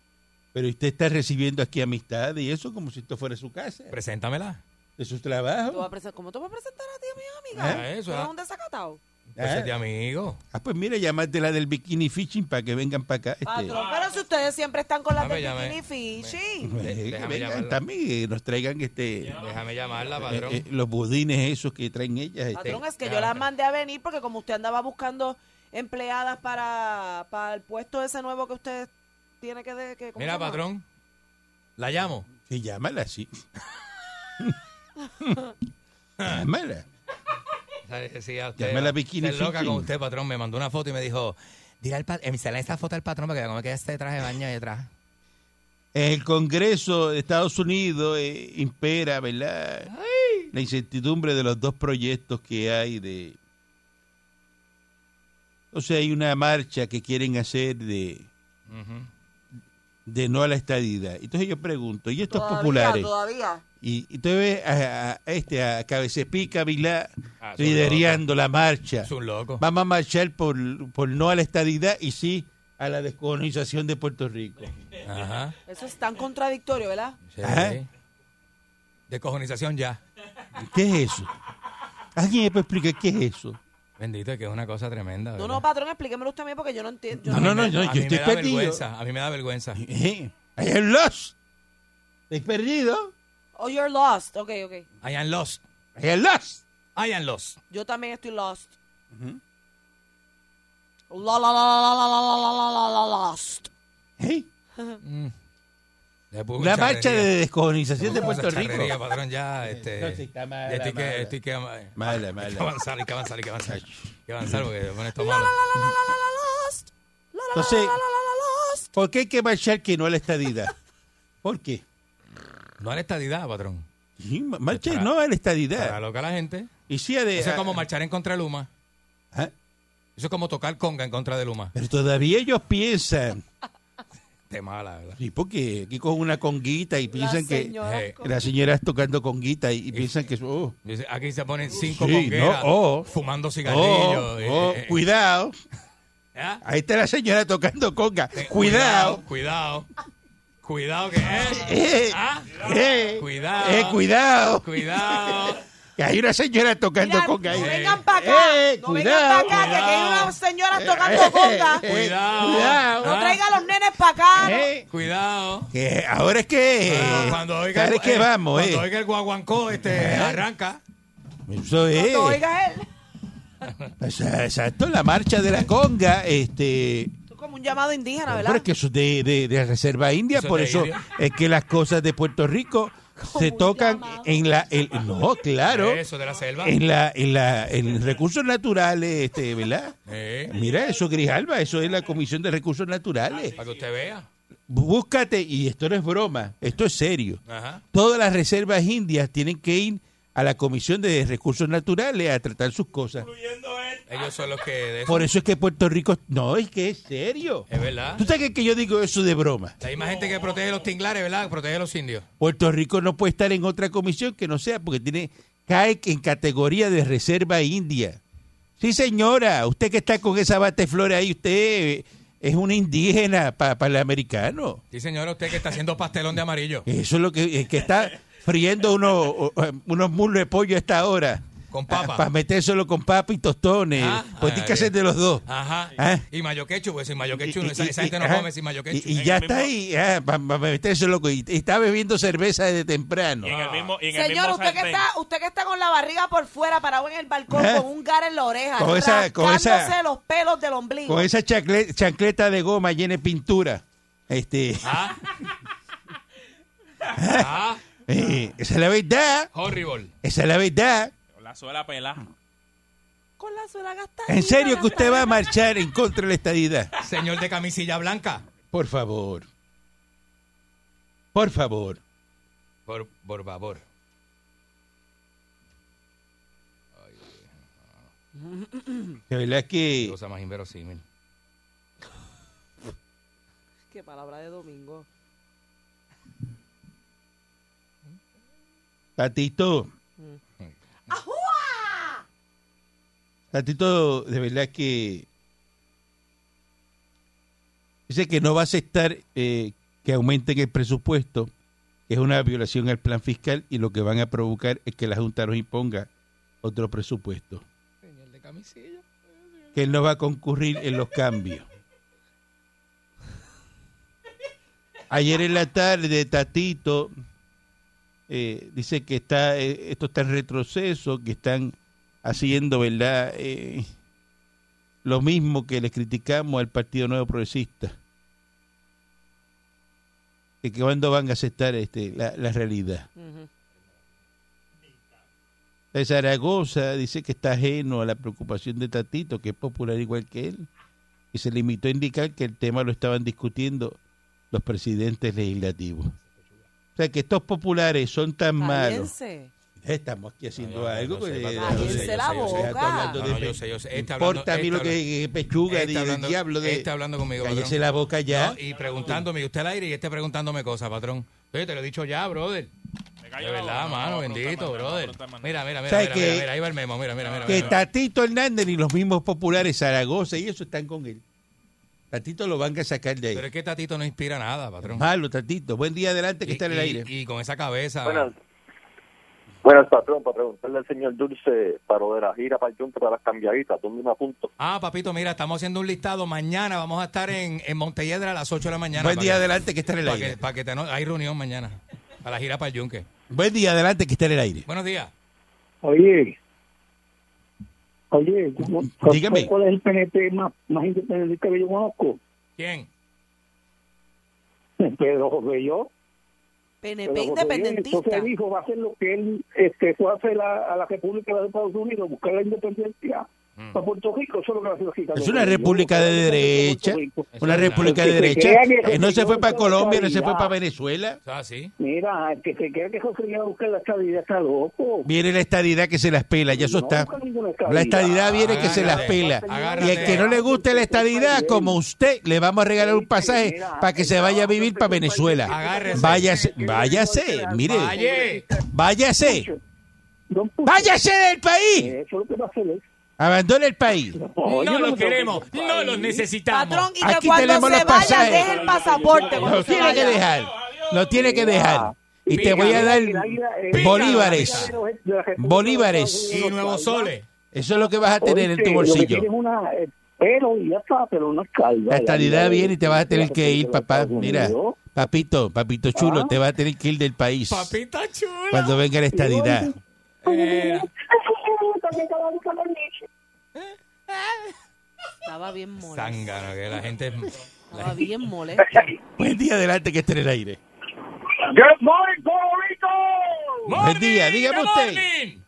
D: Pero usted está recibiendo aquí amistad y eso como si esto fuera su casa,
C: Preséntamela.
D: de sus
E: Te voy
D: trabajos.
E: a presen- ¿Cómo te voy a presentar a ti, a mis amigas?
C: Ah, eso,
E: Tú eres
C: ah.
E: un desacatado.
D: ¿Eh?
C: Pues es de amigo.
D: Ah, pues mira, llámate la del bikini fishing para que vengan para acá. este.
E: Patrón, pero si ustedes siempre están con las
C: Llame,
E: de
C: llame.
E: bikini fishing.
D: Eh, que
C: Déjame
D: vengan
C: llamarla.
D: también, que nos traigan este eh,
C: Déjame llamarla, patrón.
D: eh, los budines esos que traen ellas. este.
E: Patrón, es que
C: ya,
E: yo las
C: ya.
E: mandé a venir porque como usted andaba buscando empleadas para, para el puesto ese nuevo que usted tiene que... De, que- ¿cómo se
C: Mira,
E: llama?
C: patrón. La llamo.
D: Sí,
C: *laughs*
D: llámala, sí. *laughs* llámala.
C: Decía usted,
D: Llámela Bikini
C: usted es loca
D: Fishing.
C: con usted, patrón. Me mandó una foto y me dijo, dile al patrón, esta foto al patrón porque como me queda este traje de baño y detrás.
D: El Congreso de Estados Unidos eh, impera, ¿verdad? La incertidumbre de los dos proyectos que hay de... O sea, hay una marcha que quieren hacer de... De no a la estadidad. Entonces yo pregunto, ¿y estos
E: Todavía,
D: populares?
E: Todavía.
D: Y, y tú ves a, a este, a Cabecepica, Vilá,
C: Ah, son
D: liderando la marcha.
C: Es un loco.
D: Vamos a marchar por, por no a la estadidad y sí a la descolonización de Puerto Rico.
C: Ajá.
E: Eso es tan contradictorio, ¿verdad?
C: Sí.
D: Ajá.
C: Descojonización ya.
D: ¿Qué es eso? ¿Alguien me puede explicar qué es eso?
C: Bendito, que es una cosa tremenda.
E: No,
C: ¿verdad?
E: no, patrón, explíquemelo usted a mí porque yo no entiendo. yo
D: No,
E: no-
D: no, no, yo,
C: A
D: yo
C: mí
D: estoy
C: me da
D: perdido.
C: vergüenza. A mí me da vergüenza.
D: Eh, ahí hay un los. Estoy perdido.
E: Oh, you're lost. Ok, ok.
C: I am lost.
D: Ahí hay un los.
C: I am lost.
E: Yo también estoy lost. La la la la la la la la la la la la lost.
D: Hey,
C: La
D: la marcha de descolonización de Puerto Rico.
C: patrón, ya, este,
D: *laughs* No, sí, está mala,
C: ya estoy
D: mala.
C: que, estoy que, *laughs* hay
D: Mala,
C: que
D: mala.
C: avanzar, hay que avanzar, hay que avanzar, hay que avanzar porque bueno, esto malo.
D: Entonces, ¿por qué hay que marchar que no a la estadidad? ¿Por qué?
C: No a la estadidad, patrón.
D: Sí, ma- marcha no a la
C: Para
D: estadidad.
C: loca a la gente.
D: Y sí a de-
C: Eso es
D: a-
C: como marchar en contra de Luma.
D: Ajá.
C: Eso es como tocar conga en contra de Luma.
D: Pero todavía ellos piensan,
C: Te mala, ¿verdad?
D: ¿y por qué? Aquí cogen una conguita y piensan que
E: señoras
C: eh,
E: con-
D: las señoras tocando conguita y, y piensan que... Oh,
C: Dice, Aquí se ponen cinco
D: Sí,
C: congueras
D: no, oh.
C: fumando cigarrillos.
D: oh,
C: eh,
D: oh,
C: eh,
D: cuidado.
C: ¿ah?
D: Ahí está la señora tocando conga.
C: Eh,
D: Cuidado.
C: Cuidado. Cuidado que es.
D: Eh,
C: Ah,
D: eh,
C: Cuidado.
D: eh, cuidado.
C: Cuidado.
D: Que hay una señora tocando
E: Mira, no
D: conga ahí.
E: vengan para acá,
D: Eh,
E: no
D: cuidado.
E: vengan para acá, que aquí hay
C: Cuidado.
E: unas señoras tocando conga.
D: *laughs* Eh,
C: Cuidado. Ah,
D: cuidado.
E: No traigan a los nenes para acá. no.
D: Eh,
C: Cuidado.
D: que ahora es que.
C: Ah, cuando oiga,
D: ahora
C: el,
D: es que
C: eh,
D: vamos,
C: cuando
D: eh.
C: oiga el guaguancó, este, arranca.
D: Eso es.
E: No eh. oigas él.
D: O sea, Exacto, la marcha de la conga. Este.
E: Tú como un llamado indígena,
D: Pero
E: ¿verdad?
D: es que eso es de, de, de Reserva India,
C: Eso es
D: por
C: de
D: eso
C: India.
D: es que las cosas de Puerto Rico se tocan en la. el- no, claro.
C: Eso de la selva.
D: En la, en la, en recursos naturales, este, ¿verdad?
C: Eh,
D: Mira, eso es Grijalba, eso es la Comisión de Recursos Naturales.
C: para que usted vea.
D: Búscate, y esto no es broma, esto es serio.
C: Ajá.
D: Todas las reservas indias tienen que ir a la Comisión de Recursos Naturales a tratar sus cosas.
C: Ellos son los que. de eso-
D: Por eso es que Puerto Rico... No, es que es serio.
C: es verdad.
D: ¿Tú sabes que yo digo eso de broma?
C: La misma gente que protege los tinglares, ¿verdad? Protege los indios.
D: Puerto Rico no puede estar en otra comisión que no sea porque tiene cae en categoría de reserva india. Sí, señora, usted que está con esa bateflor ahí, usted eh, es una indígena para el americano.
C: Sí, señora, usted que está haciendo pastelón de amarillo.
D: Eso es lo que, eh, que está friendo uno, o- o, eh, unos muslos de pollo a esta hora. Ah,
C: Con papa.
D: Para meter solo con papa y tostones.
C: Ah,
D: pues
C: ah,
D: tiene
C: bien.
D: que hacer de los dos.
C: Ajá.
D: Ah.
C: Y mayo quechu, pues sin mayo quechu,
D: Y-
C: esa,
D: y-
C: esa
D: y-
C: gente no
D: ajá.
C: come sin mayo quechu.
D: Y, y
B: En
D: ya
B: el
D: está ahí, ah, para meterse loco. Y, y está bebiendo cerveza desde temprano.
B: Y en el mismo, y en el
E: Señor,
B: mismo
E: usted que,
B: sartén.
E: está, usted que está con la barriga por fuera, parado en el balcón
D: ¿Eh?
E: con un gar en la oreja,
D: Con esa- con esa-
E: rascándose los pelos del ombligo.
D: con esa chacle- chancleta de goma llena de pintura. Este,
C: Ah. Ah.
D: *laughs* eh, esa es la verdad,
C: Horrible.
D: esa es la verdad.
B: La suela pelada.
E: Con la suela gastada.
D: En serio que usted va a marchar en contra de la estadidad.
C: Señor de camisilla blanca.
D: Por favor. Por favor.
C: Por, por favor.
D: De verdad que
C: Cosa más inverosímil.
E: Qué palabra de domingo.
D: Tatito. Tatito, de verdad que dice que no va a aceptar eh, que aumenten el presupuesto, que es una violación al plan fiscal y lo que van a provocar es que la Junta nos imponga otro presupuesto. Que él no va a concurrir en los cambios. Ayer en la tarde, Tatito eh, dice que está eh, esto está en retroceso, que están haciendo, ¿verdad? Eh, lo mismo que le criticamos al Partido Nuevo Progresista. Que que cuándo van a aceptar este la, la realidad. De Zaragoza dice que está ajeno a la preocupación de Tatito, que es popular igual que él, y se limitó a indicar que el tema lo estaban discutiendo los presidentes legislativos. O sea, que estos populares son tan malos.
E: Cállense.
D: Estamos aquí haciendo
C: No, no,
D: algo.
C: no sé,
D: eh,
C: patrón,
D: no
E: yo
D: sé,
E: sé,
D: yo
E: la
D: sé, yo sé,
E: boca.
D: está hablando
C: No,
D: de
C: no,
D: pe-
C: yo sé, yo sé. Este
D: importa
C: hablando-
D: a mí
C: este
D: lo que pechuga ni
C: Está
D: del
C: hablando-
D: diablo. De,
C: está hablando conmigo,
D: Cállese
C: patrón.
D: la boca ya.
C: No, y preguntándome, y usted al aire, y este preguntándome cosas, patrón. Oye, te lo he dicho ya, brother.
B: Me
C: De
B: callo la
C: verdad,
B: boca, no,
C: mano,
B: no,
C: bendito,
B: no, no,
C: brother.
B: no, no, no, no.
C: Mira, mira, mira,
D: ¿Sabe
C: mira,
D: que-
C: mira, mira, ahí va el memo, mira, mira, mira.
D: que
C: mira.
D: Tatito Hernández ni los mismos populares Zaragoza y eso están con él. Tatito lo van a sacar de ahí.
C: Pero es que Tatito no inspira nada, patrón.
D: Malo, Tatito. Buen día adelante que
C: Y-
D: está en el
C: y-
D: aire.
C: Y con esa
D: Ah.
C: cabeza.
F: Buenas. Buenas, patrón, para preguntarle al señor Dulce para lo de la gira para el Junta de las cambiaditas, ¿dónde me apunto?
C: Ah, papito, mira, estamos haciendo un listado. Mañana vamos a estar en, en Montelledra a las 8 de la mañana.
D: Buen
C: pa'
D: día
C: que-
D: adelante que está en el
C: pa'
D: aire.
C: que, pa' que te ano- Hay reunión mañana. A la gira para el Yunque.
D: Buen día adelante que está en el aire.
C: Buenos días.
G: Oye, oye, yo no-
D: Mm, Dígame.
G: ¿cuál es el PNP más, más independiente que yo conozco?
C: ¿Quién?
G: *laughs* pero que yo
E: PNP
G: pero José Luis,
E: independentista.
G: Entonces dijo, va a hacer lo que él este, fue a hacer a, a la República de los Estados Unidos, buscar la independencia para Puerto Rico. Eso es lo que va a hacer los gitanos.
D: Mm. Es una república de derecha, una república de
G: Que se
D: derecha.
G: crea que
D: Eh, No se fue
G: consiguió
D: para
G: la
D: Colombia, no se fue
G: estabilidad.
D: para Venezuela.
C: Ah, sí.
G: Mira, el que se crea que José Luis va a buscar la estabilidad está loco.
D: Viene la estadidad que se las pela, ya eso
G: No
D: está.
G: busca ninguna
D: La estadidad viene que se las
C: Agárrate,
D: pela.
C: agárrate.
D: Y el que no le guste la estadidad, como usted, le vamos a regalar un pasaje
G: Mira,
D: para que se vaya a vivir para Venezuela.
C: Agárrese.
D: Váyase, váyase, mire,
C: Valle.
D: váyase,
G: Don Pucho,
D: váyase del país,
G: Eso es lo que va a hacer él.
D: abandone el país.
G: No, yo
H: los
G: creo que
H: queremos,
G: el
H: no los necesitamos.
E: Patrón, y
D: Aquí
E: que cuando
D: tenemos
E: se
D: los
E: vaya,
D: pasajes.
E: deje el pasaporte. cuando
D: Lo
E: se
D: tiene que
E: vaya.
D: dejar, lo tiene que dejar. Y te
H: Pícaro,
D: voy a dar
G: El águila, eh,
D: bolívares,
G: de los- de eh, la República
D: Bolívares.
G: de los Estados
H: Y
G: Unidos,
H: Nuevo Soles.
D: eso es lo que vas a tener en tu
G: Oíste, lo que
D: bolsillo.
G: tienes una, eh, pero y ya está, pero una calva.
D: La estabilidad viene y te vas a tener
G: la
D: que ir,
G: República de
D: papá.
G: Estados
D: Mira,
G: Unidos. Ah.
D: papito, papito chulo, te vas a tener que ir del país
H: Papita chula.
D: cuando venga la estadidad.
H: Eh,
E: Estaba bien molesto.
C: Zángano, que la gente es-
E: Estaba bien molesto.
D: Buen día, adelante que esté en el aire.
F: Good morning, Puerto Rico!
D: Buen día, dígame
H: good
D: usted.
H: morning.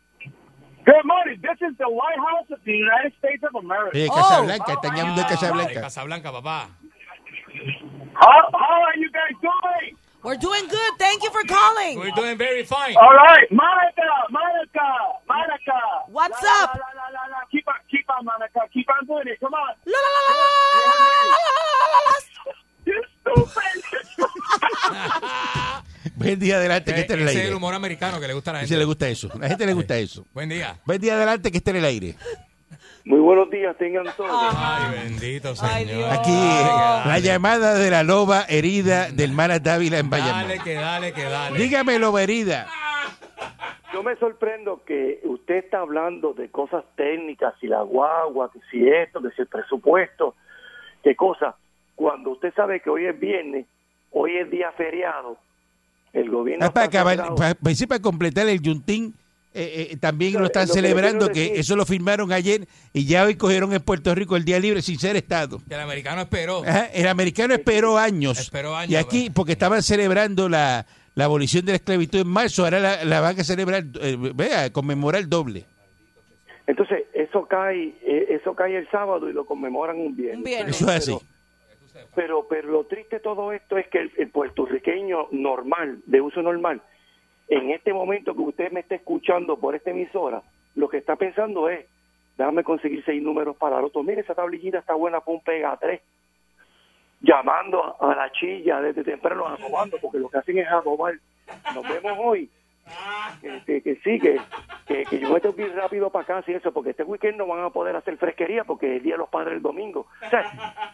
F: Good morning. This is the White House of the United States of America.
D: Oye,
C: Oh,
D: Casablanca, están llamando de
H: Ah,
C: de
D: Casablanca.
C: Casablanca, papá.
F: How, how are you guys doing?
E: We're doing good. Thank you for calling.
H: We're doing very fine.
F: All right, Monica, Monica, Monica.
E: What's
F: La, la,
E: up?
F: La, la, la, la. Keep on, keep on, Monica. Keep on doing it. Come on.
E: La, la, la, la, la,
F: You stupid.
D: Buen día, adelante
C: Ese
D: que esté en
C: Eh, ese
D: Este el
C: es el
D: aire.
C: humor americano que le gusta a la
D: A
C: gente.
D: si le gusta eso, a la gente le gusta eso.
C: Buen día.
D: Buen día, adelante que esté en el aire.
F: Muy buenos días, tengan todos.
C: Ay, bendito señor.
E: Ay, Dios.
D: Aquí, eh, la llamada de la loba herida del Mara Dávila en
C: Mm. Dale,
D: Bayamón.
C: que dale, que dale.
D: Dígame, loba herida.
F: Yo me sorprendo que usted está hablando de cosas técnicas, si la guagua, que si esto, que si el presupuesto, qué cosas. Cuando usted sabe que hoy es viernes, hoy es día feriado, el gobierno...
D: Ah, para,
F: está
D: acabar-
F: cerrado.
D: para- para- sí, para completar el yuntín, eh, eh, también
F: No,
D: lo están
F: lo que le
D: celebrando,
F: quiero
D: que
F: decir-
D: eso lo firmaron ayer y ya hoy cogieron en Puerto Rico el día libre sin ser Estado.
C: Que el americano esperó.
D: Ajá, el americano esperó años.
C: Esperó años,
D: Y aquí,
C: ¿verdad?
D: porque estaban celebrando la, la abolición de la esclavitud en marzo, ahora la, la van a celebrar, eh, vea, conmemorar el doble.
F: Entonces, eso cae, eh, eso cae el sábado y lo conmemoran un viernes.
E: Un viernes.
D: Eso es así.
F: Pero, pero lo triste de todo esto es que el, el puertorriqueño normal, de uso normal, en este momento que usted me está escuchando por esta emisora, lo que está pensando es, déjame conseguir seis números para el otro. Mire, esa tablillita está buena para un pega tres. Llamando a, a la chilla desde temprano, adobando, porque lo que hacen es adobar. Nos vemos hoy. Que, que- que sí, que, que, que yo me tengo que ir rápido para casa y eso, porque este weekend no van a poder hacer fresquería porque es el Día de los Padres el domingo. O sea,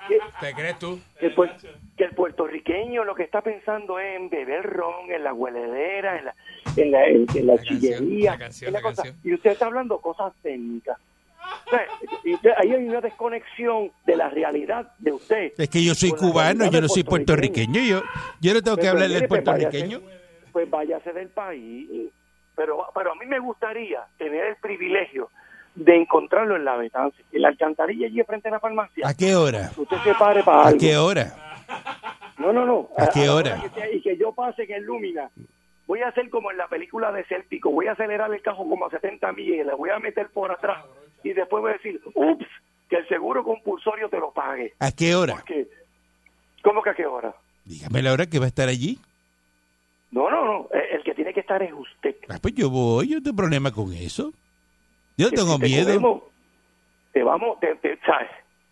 F: que-
C: ¿Te crees tú?
F: que el, puer- que el puertorriqueño lo que está pensando es en beber ron, en la hueledera, en la, en la, en- en la
C: La canción,
F: chillería.
C: la canción,
F: en la
C: la
F: cosa.
C: canción.
F: Y usted está hablando cosas técnicas. O sea, y usted- ahí hay una desconexión de la realidad de usted.
D: Es que yo soy
F: Con la
D: cubano,
F: realidad
D: yo
F: del
D: no soy puertorriqueño, yo, yo no tengo que
F: Pero
D: hablarle
F: mire,
D: al
F: pues, váyase-
D: puertorriqueño.
F: Pues váyase del país. Pero, pero a mí me gustaría tener el privilegio de encontrarlo en la Betances, en la alcantarilla allí frente a la farmacia.
D: ¿A qué hora?
F: Que Usted se pare para
D: ¿A
F: algo.
D: qué hora?
F: No, no, no.
D: ¿A qué
F: la
D: hora?
F: que sea, y que yo pase en el Lumina. Voy a hacer como en la película de Céltico. Voy a acelerar el cajo como a 70 millas. y Le voy a meter por atrás. Y después voy a decir, ups, que el seguro compulsorio te lo pague.
D: ¿A qué hora?
F: Porque, ¿Cómo que a qué hora?
D: Dígame la hora que va a estar allí.
F: No, no, no. eh, El que tiene que estar es usted.
D: Ah, pues yo voy, yo no tengo problema con eso. Yo no
F: Que
D: tengo
F: si te
D: miedo.
F: comemos, Te vamos, te, te- ¿sabes?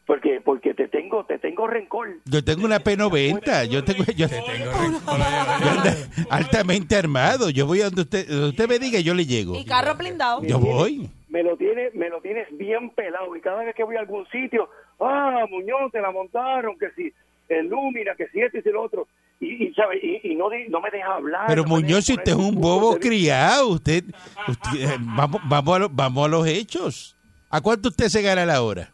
F: Porque, porque te tengo, te tengo rencor.
D: Yo tengo una P90, yo tengo, yo, yo ando altamente armado. Yo voy a donde usted, donde usted me diga, yo le llego.
E: la. Y carro blindado.
D: Yo voy.
F: me lo tienes me lo tienes bien pelado y cada vez que voy a algún sitio ah Muñoz te la montaron que si el Lumina que si esto y si lo otro y, y sabe y, y no de- no me deja hablar
D: Pero
F: no me
D: Muñoz,
F: deja
D: si usted es
F: poner
D: un
F: mi
D: bobo
F: punto de vista.
D: criado,
F: *laughs*
D: usted, usted- eh, vamos, vamos, a lo- vamos a los hechos. ¿A cuánto usted se gana la hora?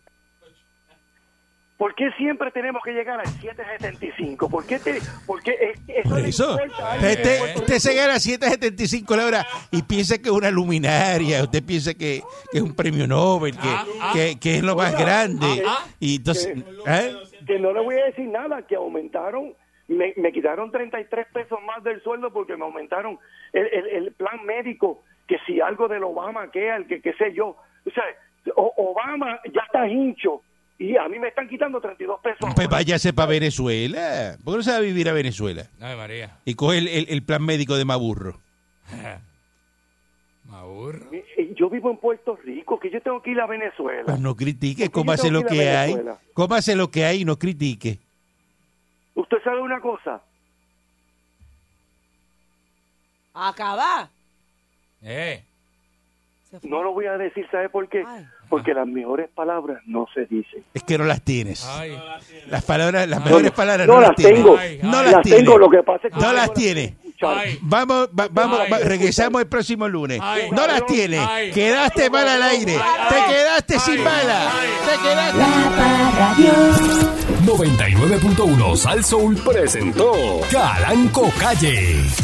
F: ¿Por qué siempre tenemos que llegar al 775? ¿Por qué te, por qué es- eso
D: Por
F: le
D: eso, Eh,
F: importa a alguien?
D: usted, usted se gana 775 la hora y piensa que es una luminaria, usted piensa que, que es un premio Nobel, que, que, que ah, es lo más grande. Y entonces, ¿eh?
F: que no le voy a decir nada que aumentaron me, me quitaron 33 pesos más del sueldo porque me aumentaron el, el- el plan médico, que si algo del Obama que el que qué sé yo. O sea, O- Obama ya está hincho y a mí me están quitando 32 pesos.
D: Pues váyase para Venezuela. ¿Por qué no se va a vivir a Venezuela?
C: Ay, María.
D: Y coge el, el- el plan médico de Maburro.
C: Me aburro.
F: Eh, eh, Yo vivo en Puerto Rico, que yo tengo que ir a Venezuela.
D: Pues no critique,
F: ¿Por qué yo
D: cómase
F: tengo
D: lo
F: que ir
D: que
F: a
D: hay.
F: Venezuela?
D: Cómase lo que hay y no critique.
F: Usted sabe una cosa,
E: Acaba.
C: Eh.
E: Se fue.
F: no lo voy a decir, ¿sabe por qué?
E: Ay.
F: Porque las mejores palabras no se dicen.
D: Es que no las tienes.
C: Ay.
D: Las palabras, las mejores palabras
F: no
D: no,
F: las
D: las tienes.
F: tengo.
H: Ay,
D: No
H: ay.
D: las,
F: Las
D: tienes.
F: tengo, lo que pasa es que
D: No
F: no
D: las
F: las
D: tienes.
H: Ay.
D: Vamos, va- vamos,
H: Ay.
D: va- regresamos el próximo lunes.
H: Ay.
D: No las tienes.
H: Ay.
D: Quedaste mal al aire.
H: Ay.
D: Te quedaste
H: Ay.
D: sin bala.
H: Ay.
D: Te quedaste.
I: La Parra Radio.
A: 99.1 Sal Soul presentó Calanco Calle.